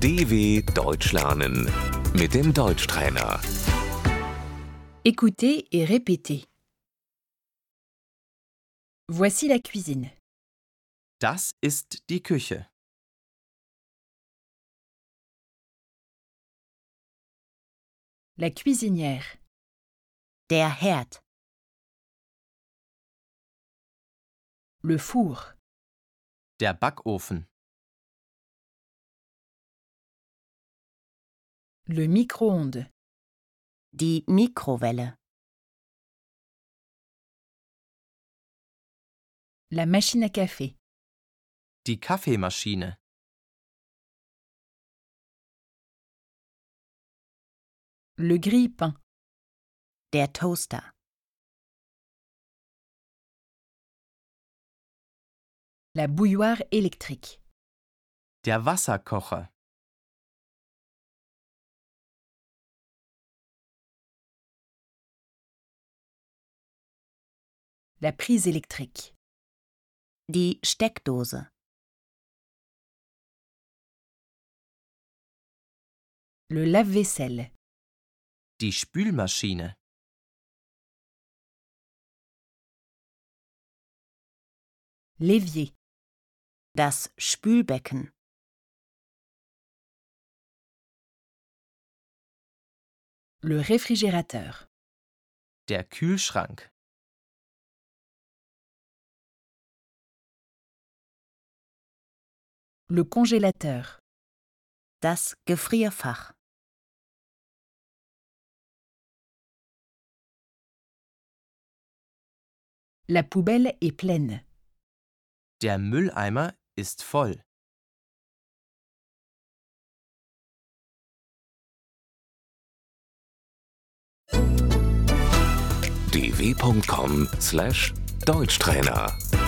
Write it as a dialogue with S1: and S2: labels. S1: DW Deutsch lernen mit dem Deutschtrainer.
S2: Écoutez et répétez. Voici la cuisine.
S3: Das ist die Küche.
S2: La cuisinière. Der Herd. Le four.
S3: Der Backofen.
S2: Le micro-ondes. Die Mikrowelle. La machine à café.
S3: Die Kaffeemaschine.
S2: Le grille-pain. Der Toaster. La bouilloire électrique.
S3: Der Wasserkocher.
S2: La prise électrique. Die Steckdose. Le lave-vaisselle.
S3: Die Spülmaschine.
S2: L'évier. Das Spülbecken. Le réfrigérateur.
S3: Der Kühlschrank.
S2: Le congélateur. Das Gefrierfach. La poubelle est pleine.
S3: Der Mülleimer ist voll.
S1: dw.com/deutschtrainer